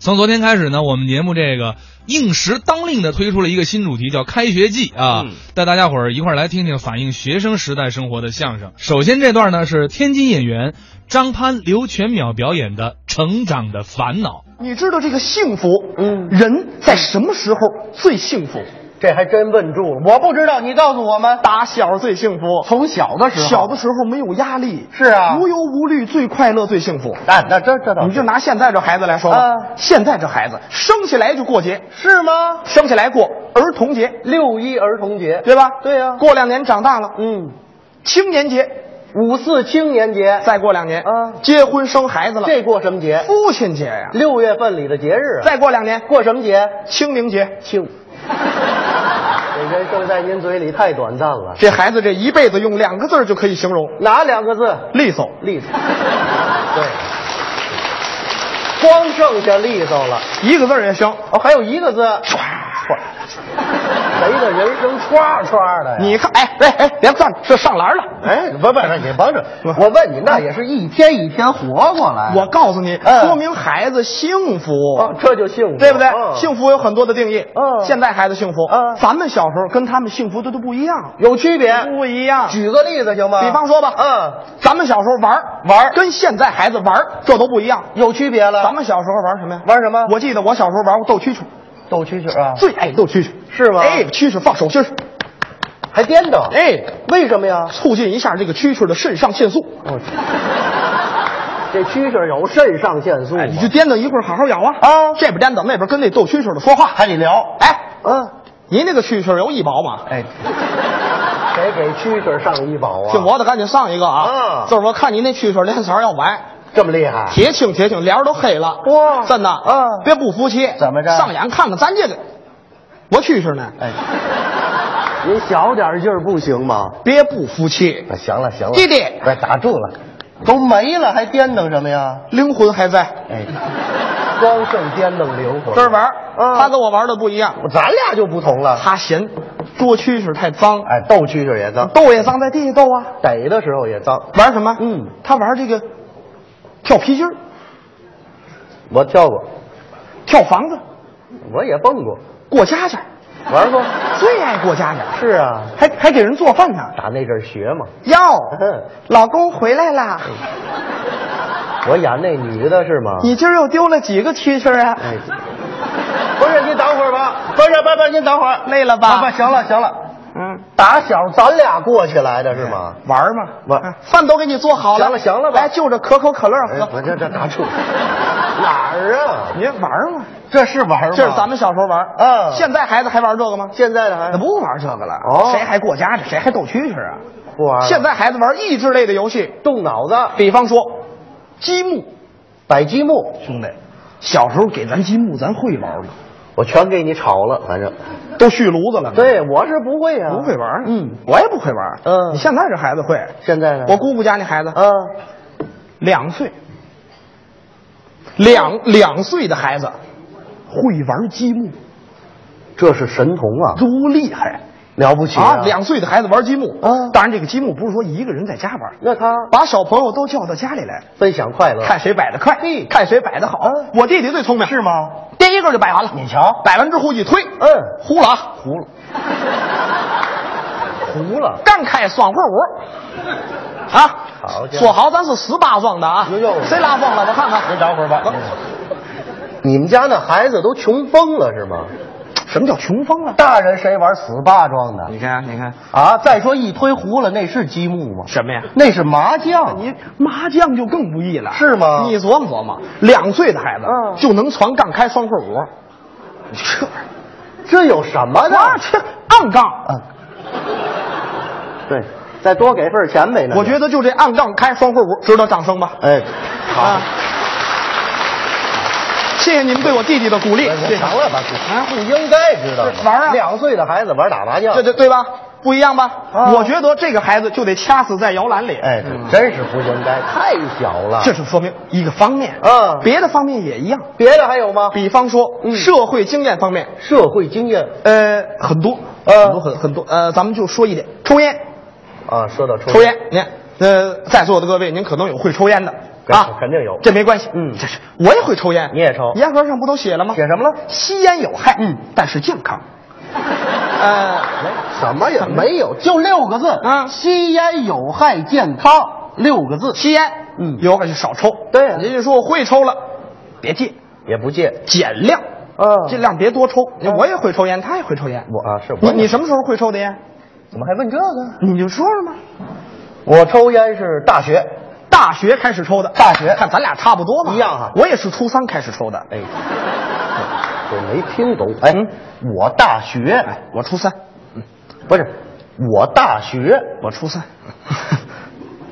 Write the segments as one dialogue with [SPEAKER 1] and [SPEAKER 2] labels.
[SPEAKER 1] 从昨天开始呢，我们节目这个应时当令的推出了一个新主题，叫“开学季”啊，
[SPEAKER 2] 嗯
[SPEAKER 1] 带大家伙儿一块儿来听听反映学生时代生活的相声。首先这段呢是天津演员张潘、刘全淼表演的《成长的烦恼》。
[SPEAKER 3] 你知道这个幸福，
[SPEAKER 2] 嗯
[SPEAKER 3] 人在什么时候最幸福？
[SPEAKER 2] 这还真问住了。我不知道，你告诉我们。
[SPEAKER 3] 打小最幸福，
[SPEAKER 2] 从小的时候，
[SPEAKER 3] 小的时候没有压力，
[SPEAKER 2] 是啊
[SPEAKER 3] 无忧无虑最快乐最幸福。
[SPEAKER 2] 哎，那这这倒
[SPEAKER 3] 你就拿现在这孩子来说吧，
[SPEAKER 2] 啊
[SPEAKER 3] 现在这孩子生下来就过节，
[SPEAKER 2] 是吗？
[SPEAKER 3] 生下来过儿童节，
[SPEAKER 2] 六一儿童节，
[SPEAKER 3] 对吧？
[SPEAKER 2] 对呀
[SPEAKER 3] 过两年长大了，
[SPEAKER 2] 嗯，
[SPEAKER 3] 青年节，
[SPEAKER 2] 五四青年节，
[SPEAKER 3] 再过两年，
[SPEAKER 2] 啊
[SPEAKER 3] 结婚生孩子了，
[SPEAKER 2] 这过什么节？
[SPEAKER 3] 父亲节呀、
[SPEAKER 2] 六月份里的节日啊。
[SPEAKER 3] 再过两年，
[SPEAKER 2] 过什么节？
[SPEAKER 3] 清明节。
[SPEAKER 2] 庆。这人生在您嘴里太短暂了。
[SPEAKER 3] 这孩子这一辈子用两个字儿就可以形容，
[SPEAKER 2] 哪两个字？
[SPEAKER 3] 利索。
[SPEAKER 2] 利 索。对，光剩下利索了。
[SPEAKER 3] 一个字儿也行。
[SPEAKER 2] 哦，还有一个字，谁的人生歘歘的呀？
[SPEAKER 3] 你看，哎哎哎，别转，这上篮了。
[SPEAKER 2] 哎，不不是，你甭着，我问你，那也是一天一天活过来。
[SPEAKER 3] 我告诉你，
[SPEAKER 2] 嗯
[SPEAKER 3] 说明孩子幸福，
[SPEAKER 2] 哦这就幸福，
[SPEAKER 3] 对不对？
[SPEAKER 2] 嗯
[SPEAKER 3] 幸福有很多的定义。
[SPEAKER 2] 嗯
[SPEAKER 3] 现在孩子幸福，
[SPEAKER 2] 嗯
[SPEAKER 3] 咱们小时候跟他们幸福的都不一样，
[SPEAKER 2] 有区别。
[SPEAKER 3] 不一样。
[SPEAKER 2] 举个例子行吗？
[SPEAKER 3] 比方说吧，
[SPEAKER 2] 嗯，
[SPEAKER 3] 咱们小时候玩儿
[SPEAKER 2] 玩儿
[SPEAKER 3] 跟现在孩子玩儿这都不一样。
[SPEAKER 2] 有区别了。
[SPEAKER 3] 咱们小时候玩儿什么呀？
[SPEAKER 2] 玩什么？
[SPEAKER 3] 我记得我小时候玩过斗蛐蛐，
[SPEAKER 2] 斗蛐蛐啊，
[SPEAKER 3] 最爱斗蛐蛐，
[SPEAKER 2] 是吗
[SPEAKER 3] 哎，蛐蛐放手心儿，
[SPEAKER 2] 还颠倒。
[SPEAKER 3] 哎，
[SPEAKER 2] 为什么呀？
[SPEAKER 3] 促进一下这个蛐蛐的肾上腺素。
[SPEAKER 2] 哦这蛐蛐有肾上腺素吗，
[SPEAKER 3] 哎，你就颠倒一会儿，好好咬啊！
[SPEAKER 2] 啊
[SPEAKER 3] 这边颠倒，那边跟那斗蛐蛐的说话，
[SPEAKER 2] 还得聊。
[SPEAKER 3] 哎，
[SPEAKER 2] 嗯，
[SPEAKER 3] 你那个蛐蛐有医保吗？
[SPEAKER 2] 哎，谁给蛐蛐上医保啊？
[SPEAKER 3] 姓罗的赶紧上一个啊！
[SPEAKER 2] 啊
[SPEAKER 3] 就是我看你那蛐蛐脸色儿要白，
[SPEAKER 2] 这么厉害？
[SPEAKER 3] 铁青铁青，脸儿都黑了。
[SPEAKER 2] 哇
[SPEAKER 3] 真的，
[SPEAKER 2] 嗯
[SPEAKER 3] 别不服气，
[SPEAKER 2] 怎么着
[SPEAKER 3] 上眼看看咱这个，我蛐蛐呢？
[SPEAKER 2] 哎，您小点劲儿不行吗？
[SPEAKER 3] 别不服气，
[SPEAKER 2] 啊，行了行了，
[SPEAKER 3] 弟弟
[SPEAKER 2] 快打住了，都没了还颠腾什么呀？
[SPEAKER 3] 灵魂还在
[SPEAKER 2] 哎，光剩颠腾灵魂。
[SPEAKER 3] 这儿玩儿。
[SPEAKER 2] 啊
[SPEAKER 3] 他跟我玩的不一样，
[SPEAKER 2] 咱俩就不同了。
[SPEAKER 3] 他嫌捉蛐蛐太脏，
[SPEAKER 2] 哎，斗蛐蛐也脏，
[SPEAKER 3] 斗也脏，在地下斗啊。
[SPEAKER 2] 逮的时候也脏。
[SPEAKER 3] 玩什么？
[SPEAKER 2] 嗯，
[SPEAKER 3] 他玩这个跳皮筋儿
[SPEAKER 2] 我跳过，
[SPEAKER 3] 跳房子，
[SPEAKER 2] 我也蹦过，
[SPEAKER 3] 过家家，
[SPEAKER 2] 玩过。
[SPEAKER 3] 最爱过家家。
[SPEAKER 2] 是啊，
[SPEAKER 3] 还还给人做饭呢。
[SPEAKER 2] 打那阵儿学嘛。
[SPEAKER 3] 哟，老公回来啦！
[SPEAKER 2] 我演那女的是吗？
[SPEAKER 3] 你今儿又丢了几个蛐蛐啊？
[SPEAKER 2] 哎，不是，您等会儿吧。不是，不不，您等会儿。啊
[SPEAKER 3] 累了吧
[SPEAKER 2] 不，行了行了，
[SPEAKER 3] 嗯，
[SPEAKER 2] 打小咱俩过起来的是吗？
[SPEAKER 3] 玩儿嘛，
[SPEAKER 2] 玩
[SPEAKER 3] 啊饭都给你做好了，
[SPEAKER 2] 行了行了吧
[SPEAKER 3] 来就着可口可乐
[SPEAKER 2] 哎，
[SPEAKER 3] 喝
[SPEAKER 2] 我。这这打 住，哪儿啊？
[SPEAKER 3] 你玩儿嘛，
[SPEAKER 2] 这是玩儿吗？
[SPEAKER 3] 这是咱们小时候玩儿。
[SPEAKER 2] 嗯
[SPEAKER 3] 现在孩子还玩这个吗？
[SPEAKER 2] 现在的还
[SPEAKER 3] 那不玩这个了。
[SPEAKER 2] 哦
[SPEAKER 3] 谁还过家家？谁还斗蛐蛐啊？
[SPEAKER 2] 不玩儿了
[SPEAKER 3] 现在孩子玩益智类的游戏，
[SPEAKER 2] 动脑子
[SPEAKER 3] 比方说积木。
[SPEAKER 2] 摆积木，
[SPEAKER 3] 兄弟，小时候给咱积木，咱会玩吗？
[SPEAKER 2] 我全给你炒了，反正。
[SPEAKER 3] 都蓄炉子了。
[SPEAKER 2] 对，我是不会啊，
[SPEAKER 3] 不会玩。
[SPEAKER 2] 嗯，，
[SPEAKER 3] 我也不会玩。
[SPEAKER 2] 嗯
[SPEAKER 3] 你现在这孩子会。
[SPEAKER 2] 现在呢？
[SPEAKER 3] 我姑姑家那孩子，
[SPEAKER 2] 啊，
[SPEAKER 3] 两岁，两两岁的孩子会玩积木，
[SPEAKER 2] 这是神童啊，
[SPEAKER 3] 多厉害
[SPEAKER 2] 了不起
[SPEAKER 3] 啊！两岁的孩子玩积木，
[SPEAKER 2] 嗯
[SPEAKER 3] 当然这个积木不是说一个人在家玩，
[SPEAKER 2] 那他
[SPEAKER 3] 把小朋友都叫到家里来，
[SPEAKER 2] 分享快乐，
[SPEAKER 3] 看谁摆的快，看谁摆的好。
[SPEAKER 2] 嗯
[SPEAKER 3] 我弟弟最聪明，是吗？第一个就摆完了，
[SPEAKER 2] 你瞧
[SPEAKER 3] 摆完之后一推，
[SPEAKER 2] 嗯，
[SPEAKER 3] 糊了啊，糊了，
[SPEAKER 2] 糊了。
[SPEAKER 3] 刚开双会舞， 啊
[SPEAKER 2] 好，家伙哎
[SPEAKER 3] 说好咱是十八双的啊
[SPEAKER 2] 呦呦，
[SPEAKER 3] 谁拉风了？我看看，
[SPEAKER 2] 您等会儿吧。你们家那孩子都穷疯了是吗？
[SPEAKER 3] 什么叫穷疯了？
[SPEAKER 2] 大人谁玩死八庄的
[SPEAKER 3] 你看，你看，
[SPEAKER 2] 啊？再说一推糊了，那是积木吗？
[SPEAKER 3] 什么呀？
[SPEAKER 2] 那是麻将。
[SPEAKER 3] 哦你麻将就更不易了，
[SPEAKER 2] 是啊吗
[SPEAKER 3] 你琢磨琢磨，两岁的孩子
[SPEAKER 2] 嗯
[SPEAKER 3] 就能传杠开双会五，这玩意
[SPEAKER 2] 这有什么
[SPEAKER 3] 儿
[SPEAKER 2] 的？
[SPEAKER 3] 哇这暗杠，
[SPEAKER 2] 啊，对，再多给份钱呗。那就
[SPEAKER 3] 我觉得就这暗杠开双会五值得掌声吧。
[SPEAKER 2] 哎，好，
[SPEAKER 3] 啊，谢谢你们对我弟弟的鼓励，
[SPEAKER 2] 我
[SPEAKER 3] 谢谢
[SPEAKER 2] 行了吧，不应该知道吗
[SPEAKER 3] 玩啊
[SPEAKER 2] 两岁的孩子玩打麻将，
[SPEAKER 3] 这这对吧？不一样吧？
[SPEAKER 2] 啊
[SPEAKER 3] 我觉得这个孩子就得掐死在摇篮里。
[SPEAKER 2] 哎，真是不应该，太小了。
[SPEAKER 3] 这是说明一个方面，
[SPEAKER 2] 嗯
[SPEAKER 3] 别的方面也一样。
[SPEAKER 2] 别的还有吗？
[SPEAKER 3] 比方说、
[SPEAKER 2] 嗯
[SPEAKER 3] 社会经验方面，
[SPEAKER 2] 社会经验
[SPEAKER 3] 呃，很多，
[SPEAKER 2] 呃
[SPEAKER 3] 很多很很多，呃，咱们就说一点，抽烟，
[SPEAKER 2] 啊，说到抽
[SPEAKER 3] 抽，烟，您，呃，在座的各位，您可能有会抽烟的，啊，
[SPEAKER 2] 肯定有
[SPEAKER 3] 这没关系，
[SPEAKER 2] 嗯
[SPEAKER 3] 这是我也会抽烟，
[SPEAKER 2] 你也抽
[SPEAKER 3] 烟盒上不都写了吗？
[SPEAKER 2] 写什么了
[SPEAKER 3] 吸烟有害，
[SPEAKER 2] 嗯，
[SPEAKER 3] 但是 健康。呃，
[SPEAKER 2] 什么也没有，就六个字
[SPEAKER 3] 啊
[SPEAKER 2] 吸烟有害健康，六个字，
[SPEAKER 3] 吸烟，
[SPEAKER 2] 嗯
[SPEAKER 3] 有害就少抽。
[SPEAKER 2] 对呀
[SPEAKER 3] 人家说我会抽了，别戒，
[SPEAKER 2] 也不戒。
[SPEAKER 3] 减量，
[SPEAKER 2] 啊
[SPEAKER 3] 尽量别多抽。
[SPEAKER 2] 嗯
[SPEAKER 3] 我也会抽烟，他也会抽烟。
[SPEAKER 2] 我啊是我
[SPEAKER 3] 你
[SPEAKER 2] 也
[SPEAKER 3] 你什么时候会抽的烟？
[SPEAKER 2] 怎么还问这个？
[SPEAKER 3] 你就说说嘛。
[SPEAKER 2] 我抽烟是大学，
[SPEAKER 3] 大学开始抽的，
[SPEAKER 2] 大学
[SPEAKER 3] 看咱俩差不多嘛，
[SPEAKER 2] 一样哈啊
[SPEAKER 3] 我也是初三开始抽的，
[SPEAKER 2] 哎，我没听懂。哎，我大学
[SPEAKER 3] 哎我初三，
[SPEAKER 2] 不是我大学，
[SPEAKER 3] 我 初三。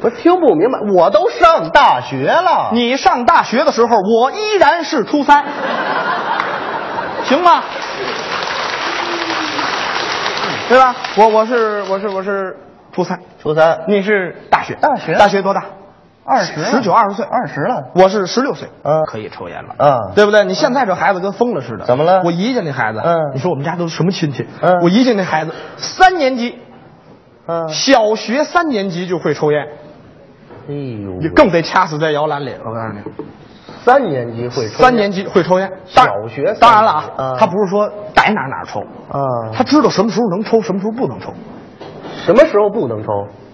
[SPEAKER 2] 不是听不明白，我都上大学了。
[SPEAKER 3] 你上大学的时候，我依然是 初三，行吗？对吧？我我是我是我是初三，
[SPEAKER 2] 初三，
[SPEAKER 3] 你是大学，
[SPEAKER 2] 大学
[SPEAKER 3] 大学多大？
[SPEAKER 2] 二十了
[SPEAKER 3] 十九二十岁，
[SPEAKER 2] 二十了
[SPEAKER 3] 我是十六岁，
[SPEAKER 2] 嗯
[SPEAKER 3] 可以抽烟了，
[SPEAKER 2] 嗯
[SPEAKER 3] 对不对？你现在这孩子跟疯了似的，
[SPEAKER 2] 怎么了
[SPEAKER 3] 我姨家那孩子，
[SPEAKER 2] 嗯
[SPEAKER 3] 你说我们家都什么亲戚？
[SPEAKER 2] 嗯
[SPEAKER 3] 我姨家那孩子三年级，
[SPEAKER 2] 嗯，
[SPEAKER 3] 小学三年级就会抽烟，
[SPEAKER 2] 哎呦，
[SPEAKER 3] 你更得掐死在摇篮里。我告诉你，
[SPEAKER 2] 三年级会抽烟
[SPEAKER 3] 三年级会抽烟，当然
[SPEAKER 2] 小学
[SPEAKER 3] 当然了
[SPEAKER 2] 三年
[SPEAKER 3] 啊
[SPEAKER 2] 级，嗯
[SPEAKER 3] 他不是说逮哪儿哪儿抽，
[SPEAKER 2] 啊？
[SPEAKER 3] 他知道什么时候能抽，什么时候不能抽，
[SPEAKER 2] 什么时候不能抽？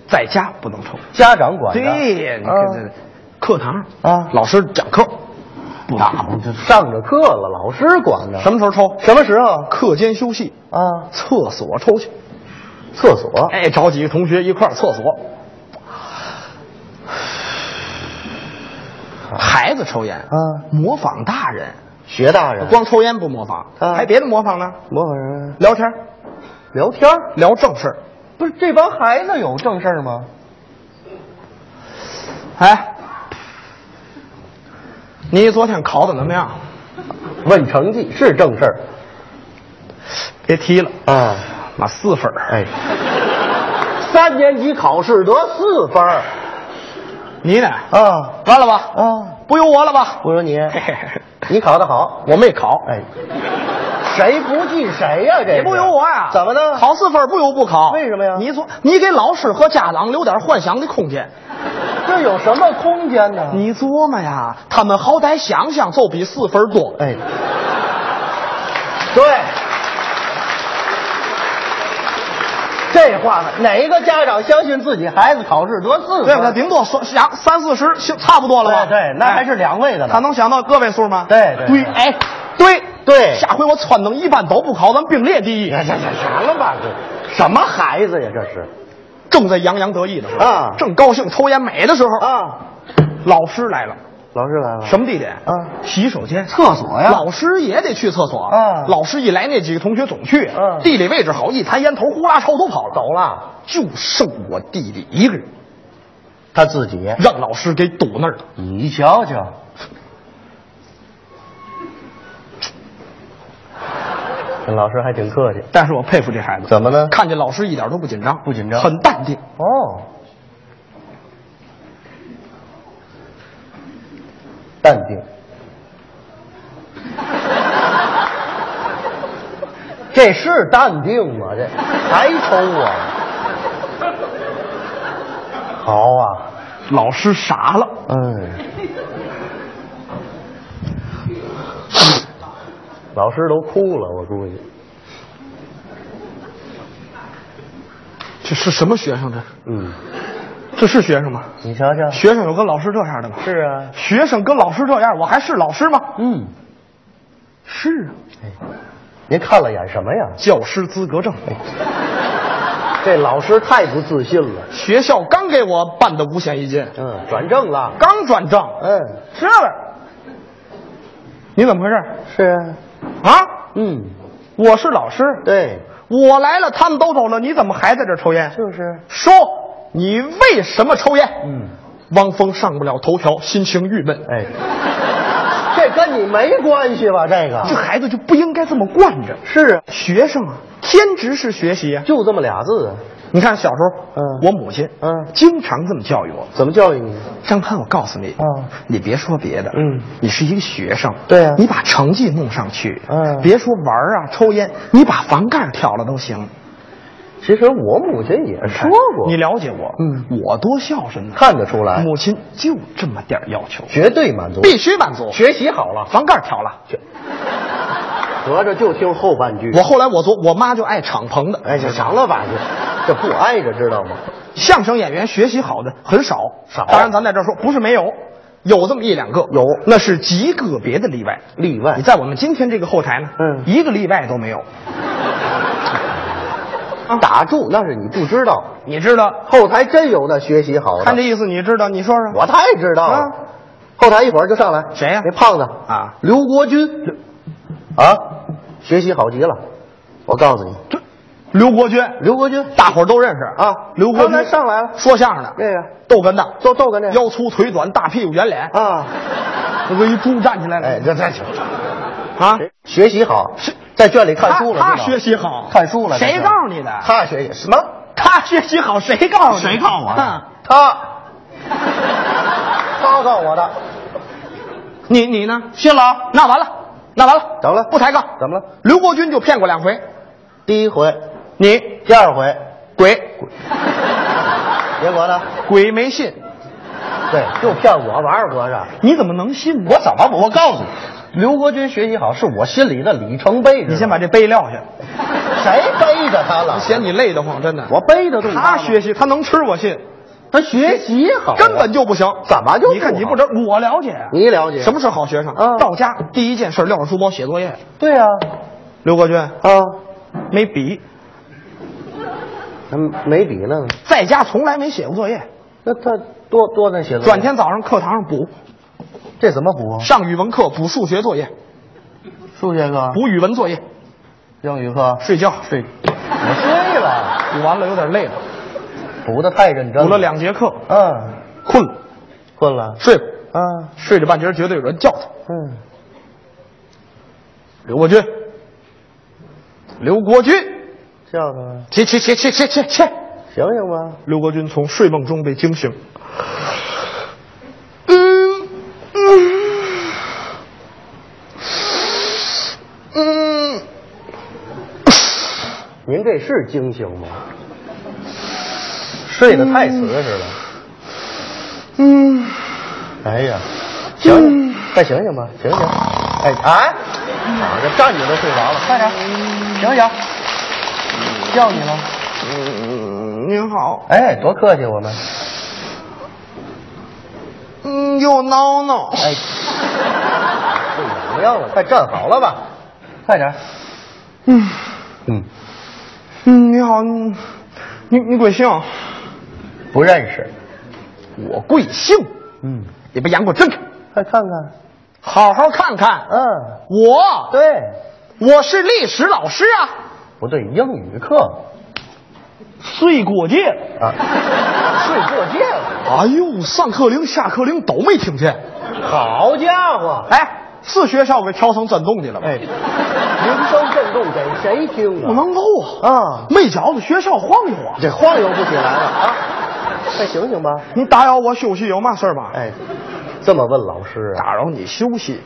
[SPEAKER 3] 在家不能抽。
[SPEAKER 2] 家长管着。
[SPEAKER 3] 对，你看这
[SPEAKER 2] 啊
[SPEAKER 3] 课堂
[SPEAKER 2] 啊
[SPEAKER 3] 老师讲课不能
[SPEAKER 2] 那不就上着课了，老师管着。
[SPEAKER 3] 抽，什么时候抽？
[SPEAKER 2] 什么时候？
[SPEAKER 3] 课间休息，
[SPEAKER 2] 啊，
[SPEAKER 3] 厕所抽去。
[SPEAKER 2] 厕所。
[SPEAKER 3] 哎，找几个同学一块儿厕所。
[SPEAKER 2] 啊
[SPEAKER 3] 孩子抽烟
[SPEAKER 2] 啊
[SPEAKER 3] 模仿大人，
[SPEAKER 2] 学大人
[SPEAKER 3] 光抽烟不模仿，
[SPEAKER 2] 啊
[SPEAKER 3] 还别的模仿呢，
[SPEAKER 2] 模仿人
[SPEAKER 3] 聊天儿
[SPEAKER 2] 聊天儿，
[SPEAKER 3] 聊正事儿。
[SPEAKER 2] 不是这帮孩子有正事儿吗？
[SPEAKER 3] 哎，你昨天考的怎么样？
[SPEAKER 2] 问成绩是正事儿
[SPEAKER 3] 别提了，
[SPEAKER 2] 啊。
[SPEAKER 3] 妈四分儿。
[SPEAKER 2] 哎，三年级考试得四分儿
[SPEAKER 3] 你呢？
[SPEAKER 2] 啊
[SPEAKER 3] 完了吧？
[SPEAKER 2] 啊！
[SPEAKER 3] 不由我了吧？
[SPEAKER 2] 不说 你
[SPEAKER 3] 嘿嘿嘿，
[SPEAKER 2] 你考得好，
[SPEAKER 3] 我没考，
[SPEAKER 2] 哎，谁不记谁呀、这
[SPEAKER 3] 也不由我呀。
[SPEAKER 2] 怎么呢？
[SPEAKER 3] 考四分儿不由不考。
[SPEAKER 2] 为什么呀
[SPEAKER 3] 你总你给老师和家长留点幻想的空间。
[SPEAKER 2] 这有什么空间呢？
[SPEAKER 3] 你琢磨呀，他们好歹想想就比四分儿多。
[SPEAKER 2] 哎，对，这话哪个家长相信自己孩子考试得四
[SPEAKER 3] 对不对？
[SPEAKER 2] 分？
[SPEAKER 3] 顶多说想三四十，行差不多了吧？
[SPEAKER 2] 对对那
[SPEAKER 3] 哎
[SPEAKER 2] 还是两位的呢
[SPEAKER 3] 他能想到个位数吗？
[SPEAKER 2] 对对对
[SPEAKER 3] 哎，对
[SPEAKER 2] 对
[SPEAKER 3] 下回我撺掇一班都不考，咱并列第一。
[SPEAKER 2] 行行行，行了吧，这什么孩子呀？这是
[SPEAKER 3] 正在洋洋得意的时候
[SPEAKER 2] 啊
[SPEAKER 3] 正高兴抽烟美的时候，
[SPEAKER 2] 啊！
[SPEAKER 3] 老师来了，
[SPEAKER 2] 老师来了，
[SPEAKER 3] 什么地点？
[SPEAKER 2] 啊
[SPEAKER 3] 洗手间、
[SPEAKER 2] 厕所呀
[SPEAKER 3] 老师也得去厕所
[SPEAKER 2] 啊
[SPEAKER 3] 老师一来，那几个同学总去。
[SPEAKER 2] 嗯
[SPEAKER 3] 地理位置好，一弹烟头，呼啦超都跑了，
[SPEAKER 2] 走了？
[SPEAKER 3] 就剩我弟弟一个人，
[SPEAKER 2] 他自己，
[SPEAKER 3] 让老师给堵那儿了。
[SPEAKER 2] 你瞧瞧，这老师还挺客气。
[SPEAKER 3] 但是我佩服这孩子，
[SPEAKER 2] 怎么呢
[SPEAKER 3] 看见老师一点都不紧张，
[SPEAKER 2] 不紧张
[SPEAKER 3] 很淡定。
[SPEAKER 2] 哦，淡定。这是淡定吗？这还抽啊？好啊，
[SPEAKER 3] 老师傻了，
[SPEAKER 2] 嗯。老师都哭了，我估计。
[SPEAKER 3] 这是什么学生？这是
[SPEAKER 2] 嗯，
[SPEAKER 3] 这是学生吗？
[SPEAKER 2] 你瞧瞧。
[SPEAKER 3] 学生有跟老师这样的吗？
[SPEAKER 2] 是啊。
[SPEAKER 3] 学生跟老师这样，我还是老师吗？
[SPEAKER 2] 嗯，
[SPEAKER 3] 是啊，
[SPEAKER 2] 您看了眼什么呀？
[SPEAKER 3] 教师资格证。
[SPEAKER 2] 这老师太不自信了。
[SPEAKER 3] 学校刚给我办的五险一金，
[SPEAKER 2] 嗯，转正了。
[SPEAKER 3] 刚转正，
[SPEAKER 2] 嗯，
[SPEAKER 3] 是的。你怎么回事
[SPEAKER 2] 是啊。
[SPEAKER 3] 啊？
[SPEAKER 2] 嗯，
[SPEAKER 3] 我是老师，
[SPEAKER 2] 对，
[SPEAKER 3] 我来了，他们都走了，你怎么还在这儿抽烟？
[SPEAKER 2] 就是。
[SPEAKER 3] 说你为什么抽烟？
[SPEAKER 2] 嗯，
[SPEAKER 3] 汪峰上不了头条，心情郁闷。
[SPEAKER 2] 哎，这跟你没关系吧？这
[SPEAKER 3] 这
[SPEAKER 2] 个
[SPEAKER 3] 孩子就不应该这么惯着。
[SPEAKER 2] 是啊，
[SPEAKER 3] 学生啊，天职是学习啊。
[SPEAKER 2] 就这么俩字。
[SPEAKER 3] 你看小时候，
[SPEAKER 2] 嗯
[SPEAKER 3] 我母亲，
[SPEAKER 2] 嗯
[SPEAKER 3] 经常这么教育我。
[SPEAKER 2] 怎么教育你？
[SPEAKER 3] 张潘，我告诉你，
[SPEAKER 2] 嗯
[SPEAKER 3] 你别说别的，
[SPEAKER 2] 嗯，
[SPEAKER 3] 你是一个学生，
[SPEAKER 2] 对啊
[SPEAKER 3] 你把成绩弄上去，
[SPEAKER 2] 嗯
[SPEAKER 3] 别说玩儿啊、抽烟，你把房盖儿挑了都行。
[SPEAKER 2] 其实我母亲也说过，
[SPEAKER 3] 你了解我，
[SPEAKER 2] 嗯，
[SPEAKER 3] 我多孝顺呢，
[SPEAKER 2] 看得出来，
[SPEAKER 3] 母亲就这么点儿要求，
[SPEAKER 2] 绝对满足，
[SPEAKER 3] 必须满足，
[SPEAKER 2] 学习好了，
[SPEAKER 3] 房盖挑了。
[SPEAKER 2] 合着就听后半句。
[SPEAKER 3] 我后来我做，我妈就爱敞篷的，
[SPEAKER 2] 哎，就行了吧，这这不挨着知道吗？
[SPEAKER 3] 相声演员学习好的很少，
[SPEAKER 2] 少
[SPEAKER 3] 当然，咱在这儿说不是没有，有这么一两个，
[SPEAKER 2] 有
[SPEAKER 3] 那是极个别的例外。
[SPEAKER 2] 例外
[SPEAKER 3] 你在我们今天这个后台呢，
[SPEAKER 2] 嗯
[SPEAKER 3] 一个例外都没有。
[SPEAKER 2] 打住，那是你不知道，
[SPEAKER 3] 你知道，
[SPEAKER 2] 后台真有那学习好的。
[SPEAKER 3] 看这意思，你知道，你说说，
[SPEAKER 2] 我太知道
[SPEAKER 3] 啊
[SPEAKER 2] 了。后台一会儿就上来
[SPEAKER 3] 谁呀
[SPEAKER 2] 那胖子
[SPEAKER 3] 啊
[SPEAKER 2] 刘国军，啊，学习好极了。我告诉你，
[SPEAKER 3] 这刘国军，
[SPEAKER 2] 刘国军
[SPEAKER 3] 大伙儿都认识
[SPEAKER 2] 啊
[SPEAKER 3] 刘国
[SPEAKER 2] 刚才
[SPEAKER 3] 军
[SPEAKER 2] 上来了
[SPEAKER 3] 说相声的，
[SPEAKER 2] 那个
[SPEAKER 3] 逗哏的，
[SPEAKER 2] 逗逗哏那个
[SPEAKER 3] 腰粗腿短，大屁股圆脸，
[SPEAKER 2] 啊，
[SPEAKER 3] 这跟一猪站起来了。
[SPEAKER 2] 哎，这这
[SPEAKER 3] 啊，
[SPEAKER 2] 学习好，在圈里看书了，知道
[SPEAKER 3] 他他
[SPEAKER 2] 吗
[SPEAKER 3] 学习好，
[SPEAKER 2] 看书了。
[SPEAKER 3] 谁
[SPEAKER 2] 这是
[SPEAKER 3] 告诉你的？
[SPEAKER 2] 他学习什么？嗯
[SPEAKER 3] 他学习好，谁告诉你？啊谁告诉我？
[SPEAKER 2] 他， 他告诉我的。
[SPEAKER 3] 你你呢？信了？那完了，那完了，
[SPEAKER 2] 怎么了
[SPEAKER 3] 不抬杠，
[SPEAKER 2] 怎么了？
[SPEAKER 3] 刘国军就骗过两回，
[SPEAKER 2] 第一回，
[SPEAKER 3] 你
[SPEAKER 2] 第二回，
[SPEAKER 3] 鬼
[SPEAKER 2] 结果呢？
[SPEAKER 3] 鬼没信，
[SPEAKER 2] 对，又骗我玩儿，合着。
[SPEAKER 3] 你怎么能信呢？
[SPEAKER 2] 我怎么不？我告诉你，刘国军学习好是我心里的里程碑。
[SPEAKER 3] 你先把
[SPEAKER 2] 这
[SPEAKER 3] 这杯撂下，
[SPEAKER 2] 谁背着他了？
[SPEAKER 3] 嫌你累得慌，真的。
[SPEAKER 2] 我背着动
[SPEAKER 3] 他
[SPEAKER 2] 吗
[SPEAKER 3] 学习，他能吃我信，
[SPEAKER 2] 他学习好啊，
[SPEAKER 3] 根本就不行。
[SPEAKER 2] 怎么就不
[SPEAKER 3] 你看你
[SPEAKER 2] 好
[SPEAKER 3] 不知道，我了解啊。
[SPEAKER 2] 你了解
[SPEAKER 3] 什么是好学生？
[SPEAKER 2] 嗯
[SPEAKER 3] 到家第一件事撂上书包写作业。
[SPEAKER 2] 对啊
[SPEAKER 3] 刘国军
[SPEAKER 2] 啊，
[SPEAKER 3] 没笔，
[SPEAKER 2] 他没笔呢，
[SPEAKER 3] 在家从来没写过作业，
[SPEAKER 2] 那他多多那写作业
[SPEAKER 3] 转天早上课堂上补，
[SPEAKER 2] 这怎么补啊？
[SPEAKER 3] 上语文课补数学作业，
[SPEAKER 2] 数学课、
[SPEAKER 3] 补语文作业，
[SPEAKER 2] 英语课，
[SPEAKER 3] 睡觉睡。
[SPEAKER 2] 我睡了，
[SPEAKER 3] 补完了有点累了，
[SPEAKER 2] 补的太认真
[SPEAKER 3] 补了，两节课，
[SPEAKER 2] 嗯，
[SPEAKER 3] 困了，
[SPEAKER 2] 困了，
[SPEAKER 3] 睡吧，
[SPEAKER 2] 啊，
[SPEAKER 3] 睡着半截儿觉得有人叫他，
[SPEAKER 2] 嗯，
[SPEAKER 3] 刘国军，刘国军，
[SPEAKER 2] 叫他吧，
[SPEAKER 3] 起起起起起起起！
[SPEAKER 2] 醒醒吧，
[SPEAKER 3] 刘国军从睡梦中被惊醒，嗯嗯嗯，
[SPEAKER 2] 您这是惊醒吗？睡得太瓷实了，
[SPEAKER 3] 嗯，
[SPEAKER 2] 哎呀，嗯醒醒，快醒醒吧，醒醒，哎啊，躺着站着都睡着了，快点，醒醒，叫你了，
[SPEAKER 3] 嗯，您好，
[SPEAKER 2] 哎，多客气我们，
[SPEAKER 3] 嗯，又挠挠，
[SPEAKER 2] 哎，睡怎么样了？快站好了吧，快点，
[SPEAKER 3] 嗯
[SPEAKER 2] 嗯，
[SPEAKER 3] 嗯，你好，你你你贵姓？
[SPEAKER 2] 不认识，
[SPEAKER 3] 我贵姓？
[SPEAKER 2] 嗯，
[SPEAKER 3] 你把眼给我睁开，
[SPEAKER 2] 快看看，
[SPEAKER 3] 好好看看。
[SPEAKER 2] 嗯。
[SPEAKER 3] 我
[SPEAKER 2] 对，
[SPEAKER 3] 我是历史老师啊，
[SPEAKER 2] 不对，英语课
[SPEAKER 3] 睡过界了。
[SPEAKER 2] 啊，睡过界了。
[SPEAKER 3] 哎呦，上课铃、下课铃都没听见。
[SPEAKER 2] 好家伙，
[SPEAKER 3] 哎，是学校给调成震动去了吗？
[SPEAKER 2] 哎，铃声震动给谁听啊？
[SPEAKER 3] 不能够啊
[SPEAKER 2] 啊
[SPEAKER 3] 没觉着学校晃悠啊。
[SPEAKER 2] 这晃悠不起来了啊！快醒醒吧！
[SPEAKER 3] 你打扰我休息有嘛事儿吗？
[SPEAKER 2] 哎，这么问老师啊？
[SPEAKER 3] 打扰你休息。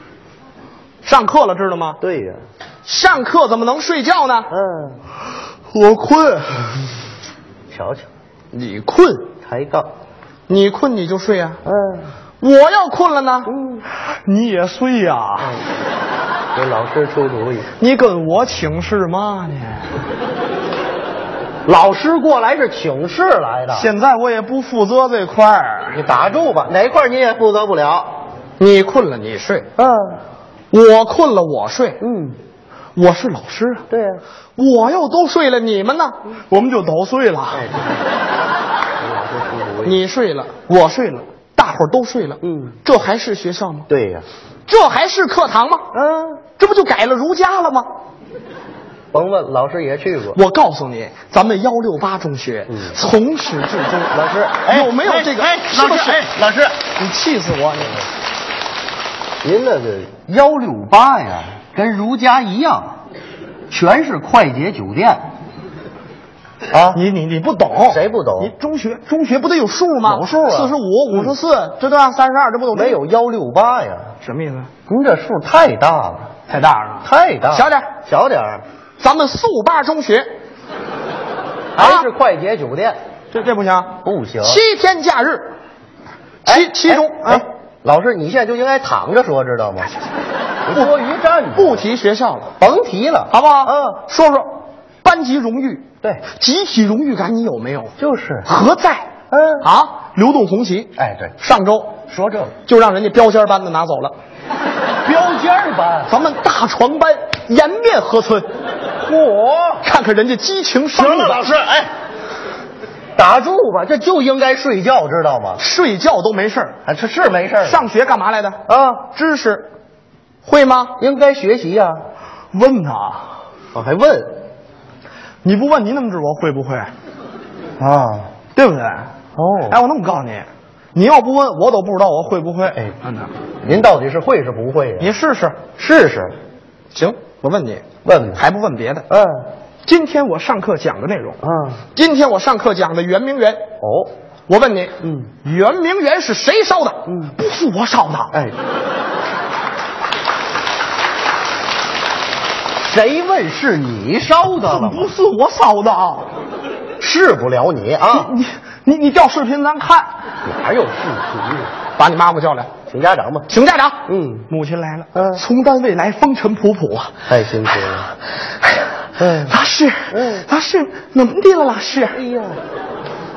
[SPEAKER 3] 上课了，知道吗？
[SPEAKER 2] 对呀、
[SPEAKER 3] 上课怎么能睡觉呢？
[SPEAKER 2] 嗯，
[SPEAKER 3] 我困，
[SPEAKER 2] 瞧瞧，
[SPEAKER 3] 你困，
[SPEAKER 2] 抬杠，
[SPEAKER 3] 你困你就睡啊。
[SPEAKER 2] 嗯
[SPEAKER 3] 我要困了呢，
[SPEAKER 2] 嗯，
[SPEAKER 3] 你也睡呀、
[SPEAKER 2] 给老师出主意。
[SPEAKER 3] 你跟我请示嘛呢？
[SPEAKER 2] 老师过来是请示来的，
[SPEAKER 3] 现在我也不负责这块儿。
[SPEAKER 2] 你打住吧，哪块儿你也负责不了。
[SPEAKER 3] 你困了你睡，
[SPEAKER 2] 嗯
[SPEAKER 3] 我困了我睡。
[SPEAKER 2] 嗯，
[SPEAKER 3] 我是老师啊，
[SPEAKER 2] 对呀、嗯
[SPEAKER 3] 我又都睡了，你们呢？我们就都睡
[SPEAKER 2] 哎
[SPEAKER 3] 了。
[SPEAKER 2] 给老师出主意。
[SPEAKER 3] 你睡了，我睡了，大伙儿都睡了。
[SPEAKER 2] 嗯，
[SPEAKER 3] 这还是学校吗？
[SPEAKER 2] 对呀、
[SPEAKER 3] 这还是课堂吗？
[SPEAKER 2] 嗯，
[SPEAKER 3] 这不就改了儒家了吗？
[SPEAKER 2] 甭问，老师也去 过。
[SPEAKER 3] 我告诉你，咱们幺六八中学、
[SPEAKER 2] 嗯
[SPEAKER 3] 从始至终，
[SPEAKER 2] 老师，
[SPEAKER 3] 有没有这个？
[SPEAKER 2] 哎，
[SPEAKER 3] 是不是？
[SPEAKER 2] 老师，
[SPEAKER 3] 你气死我！你。
[SPEAKER 2] 您那个幺六八呀，跟儒家一样，全是快捷酒店啊
[SPEAKER 3] 你你你不懂，
[SPEAKER 2] 谁不懂
[SPEAKER 3] 你中学中学不得有数吗？
[SPEAKER 2] 有数啊嗯
[SPEAKER 3] 四十五、五十四，这都要三十二，这不都
[SPEAKER 2] 没有幺六八呀？
[SPEAKER 3] 什么意思？
[SPEAKER 2] 您这数太大了，
[SPEAKER 3] 太大了，
[SPEAKER 2] 太大了，
[SPEAKER 3] 小点儿
[SPEAKER 2] 小点儿
[SPEAKER 3] 咱们速八中学
[SPEAKER 2] 还是快捷酒店，
[SPEAKER 3] 这这不行，
[SPEAKER 2] 不行。
[SPEAKER 3] 七天假日，
[SPEAKER 2] 哎
[SPEAKER 3] 其其中
[SPEAKER 2] 哎
[SPEAKER 3] 啊，
[SPEAKER 2] 老师，你现在就应该躺着说，知道吗？你 多余站着，
[SPEAKER 3] 不提学校了，
[SPEAKER 2] 甭提了，
[SPEAKER 3] 好不好？
[SPEAKER 2] 嗯，
[SPEAKER 3] 说说班级荣誉，
[SPEAKER 2] 对，
[SPEAKER 3] 集体荣誉感你有没有？
[SPEAKER 2] 就是，
[SPEAKER 3] 何在？
[SPEAKER 2] 嗯
[SPEAKER 3] 啊，流动红旗，
[SPEAKER 2] 哎，对，
[SPEAKER 3] 上周
[SPEAKER 2] 说这个
[SPEAKER 3] 就让人家标间班的拿走了，
[SPEAKER 2] 标间儿班，
[SPEAKER 3] 咱们大床班颜面何存？
[SPEAKER 2] 嚯，
[SPEAKER 3] 看看人家激情上
[SPEAKER 4] 行
[SPEAKER 3] 路
[SPEAKER 4] 了，
[SPEAKER 3] 的
[SPEAKER 4] 老师，哎。
[SPEAKER 2] 打住吧，这就应该睡觉，知道吗？
[SPEAKER 3] 睡觉都没事儿
[SPEAKER 2] 啊，这是没事儿，
[SPEAKER 3] 上学干嘛来的？呃
[SPEAKER 2] 啊，
[SPEAKER 3] 知识，会吗？
[SPEAKER 2] 应该学习呀、
[SPEAKER 3] 问他，
[SPEAKER 2] 我还问
[SPEAKER 3] 你不问你怎么知道我会不会？
[SPEAKER 2] 啊，
[SPEAKER 3] 对不对？
[SPEAKER 2] 哦
[SPEAKER 3] 哎，我那么告诉你，你要不问我都不知道我会不会。
[SPEAKER 2] 哎
[SPEAKER 3] 真的，
[SPEAKER 2] 您到底是会是不会呀、
[SPEAKER 3] 你试试，
[SPEAKER 2] 试试，
[SPEAKER 3] 行，我问你，
[SPEAKER 2] 问问，
[SPEAKER 3] 还不问别的？
[SPEAKER 2] 嗯
[SPEAKER 3] 今天我上课讲的内容，
[SPEAKER 2] 嗯，
[SPEAKER 3] 今天我上课讲的圆明园，
[SPEAKER 2] 哦，
[SPEAKER 3] 我问你，
[SPEAKER 2] 嗯，
[SPEAKER 3] 圆明园是谁烧的？
[SPEAKER 2] 嗯
[SPEAKER 3] 不是我烧的。
[SPEAKER 2] 哎，谁问是你烧的了
[SPEAKER 3] 不
[SPEAKER 2] 吗？
[SPEAKER 3] 是我烧的啊！
[SPEAKER 2] 治不了你啊，
[SPEAKER 3] 你你你调视频咱看，
[SPEAKER 2] 哪有视频啊？
[SPEAKER 3] 把你妈妈叫来，
[SPEAKER 2] 请家长吧，
[SPEAKER 3] 请家长。
[SPEAKER 2] 嗯
[SPEAKER 3] 母亲来了，
[SPEAKER 2] 嗯
[SPEAKER 3] 从单位来风尘仆仆啊。
[SPEAKER 2] 太辛苦了。
[SPEAKER 3] 哎呀
[SPEAKER 2] 嗯
[SPEAKER 3] 老师，
[SPEAKER 2] 嗯
[SPEAKER 3] 老师，怎么的了？老师，
[SPEAKER 2] 哎呀，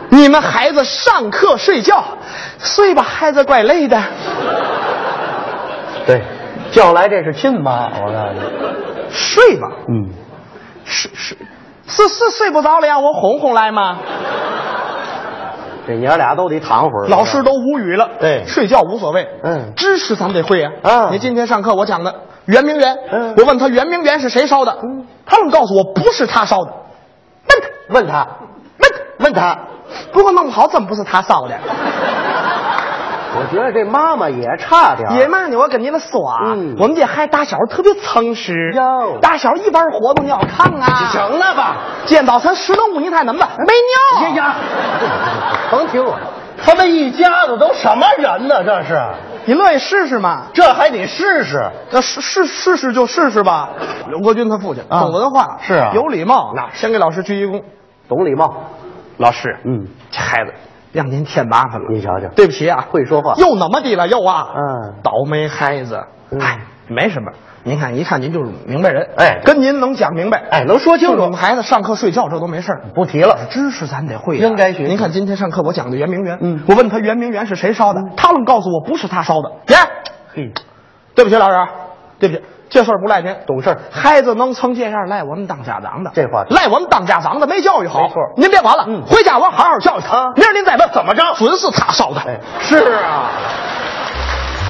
[SPEAKER 3] 你们孩子上课睡觉，睡吧，孩子怪累的。
[SPEAKER 2] 对，叫来这是亲妈，我告诉
[SPEAKER 3] 睡吧，
[SPEAKER 2] 你，嗯，
[SPEAKER 3] 睡睡，是是睡不着了，让我哄哄来吗？
[SPEAKER 2] 这娘俩都得躺会儿。
[SPEAKER 3] 老师都无语了。
[SPEAKER 2] 啊对
[SPEAKER 3] 睡觉无所谓。
[SPEAKER 2] 嗯
[SPEAKER 3] 知识咱们得会呀。
[SPEAKER 2] 嗯
[SPEAKER 3] 你今天上课我讲的圆明园，
[SPEAKER 2] 嗯
[SPEAKER 3] 我问他圆明园是谁烧的，他们告诉我不是他烧的，
[SPEAKER 2] 问
[SPEAKER 3] 问他，
[SPEAKER 2] 他，
[SPEAKER 3] 问他，
[SPEAKER 2] 问他，啊
[SPEAKER 3] 不过弄不好真不是他烧的。
[SPEAKER 2] 我觉得这妈妈也差点儿
[SPEAKER 3] 爷们儿呢，我跟你们说啊，
[SPEAKER 2] 嗯
[SPEAKER 3] 我们这孩子打小特别诚实
[SPEAKER 2] 哟，
[SPEAKER 3] 打小一般活动要看啊。
[SPEAKER 2] 行了吧？
[SPEAKER 3] 见早晨十能五你太能吧？没尿。
[SPEAKER 2] 哎呀，甭听我，他们一家子都什么人呢？这是，
[SPEAKER 3] 你乐意试试吗？
[SPEAKER 2] 这还得试试。
[SPEAKER 3] 那试试试试就试试吧。刘国军他父亲
[SPEAKER 2] 啊
[SPEAKER 3] 懂文化，
[SPEAKER 2] 是啊
[SPEAKER 3] 有礼貌。那先给老师鞠一躬。
[SPEAKER 2] 懂礼貌，
[SPEAKER 3] 老师，
[SPEAKER 2] 嗯，
[SPEAKER 3] 这孩子让您添麻烦了。
[SPEAKER 2] 你瞧瞧
[SPEAKER 3] 对不起啊，
[SPEAKER 2] 会说话
[SPEAKER 3] 又怎么的了？又啊，
[SPEAKER 2] 嗯
[SPEAKER 3] 倒霉孩子。
[SPEAKER 2] 嗯
[SPEAKER 3] 哎，没什么，您看一看您就是明白人。
[SPEAKER 2] 哎
[SPEAKER 3] 跟您能讲明白，
[SPEAKER 2] 哎能说清楚
[SPEAKER 3] 就我们孩子上课睡觉这都没事儿
[SPEAKER 2] 不提了。
[SPEAKER 3] 知识咱得会呀、
[SPEAKER 2] 应该学习
[SPEAKER 3] 您看今天上课我讲的圆明园，
[SPEAKER 2] 嗯
[SPEAKER 3] 我问他圆明园是谁烧的，他们告诉我不是他烧的。耶，
[SPEAKER 2] 嘿，
[SPEAKER 3] 对不起老师，啊对不起，这事儿不赖您，
[SPEAKER 2] 懂事儿
[SPEAKER 3] 孩子能成这样，赖我们当家长的。
[SPEAKER 2] 这话对
[SPEAKER 3] 赖我们当家长的没教育好。
[SPEAKER 2] 没错
[SPEAKER 3] 您别管了，
[SPEAKER 2] 嗯
[SPEAKER 3] 回家我好好教育他。
[SPEAKER 2] 啊
[SPEAKER 3] 明儿您再问怎么着，准是他烧的。
[SPEAKER 2] 哎，是啊，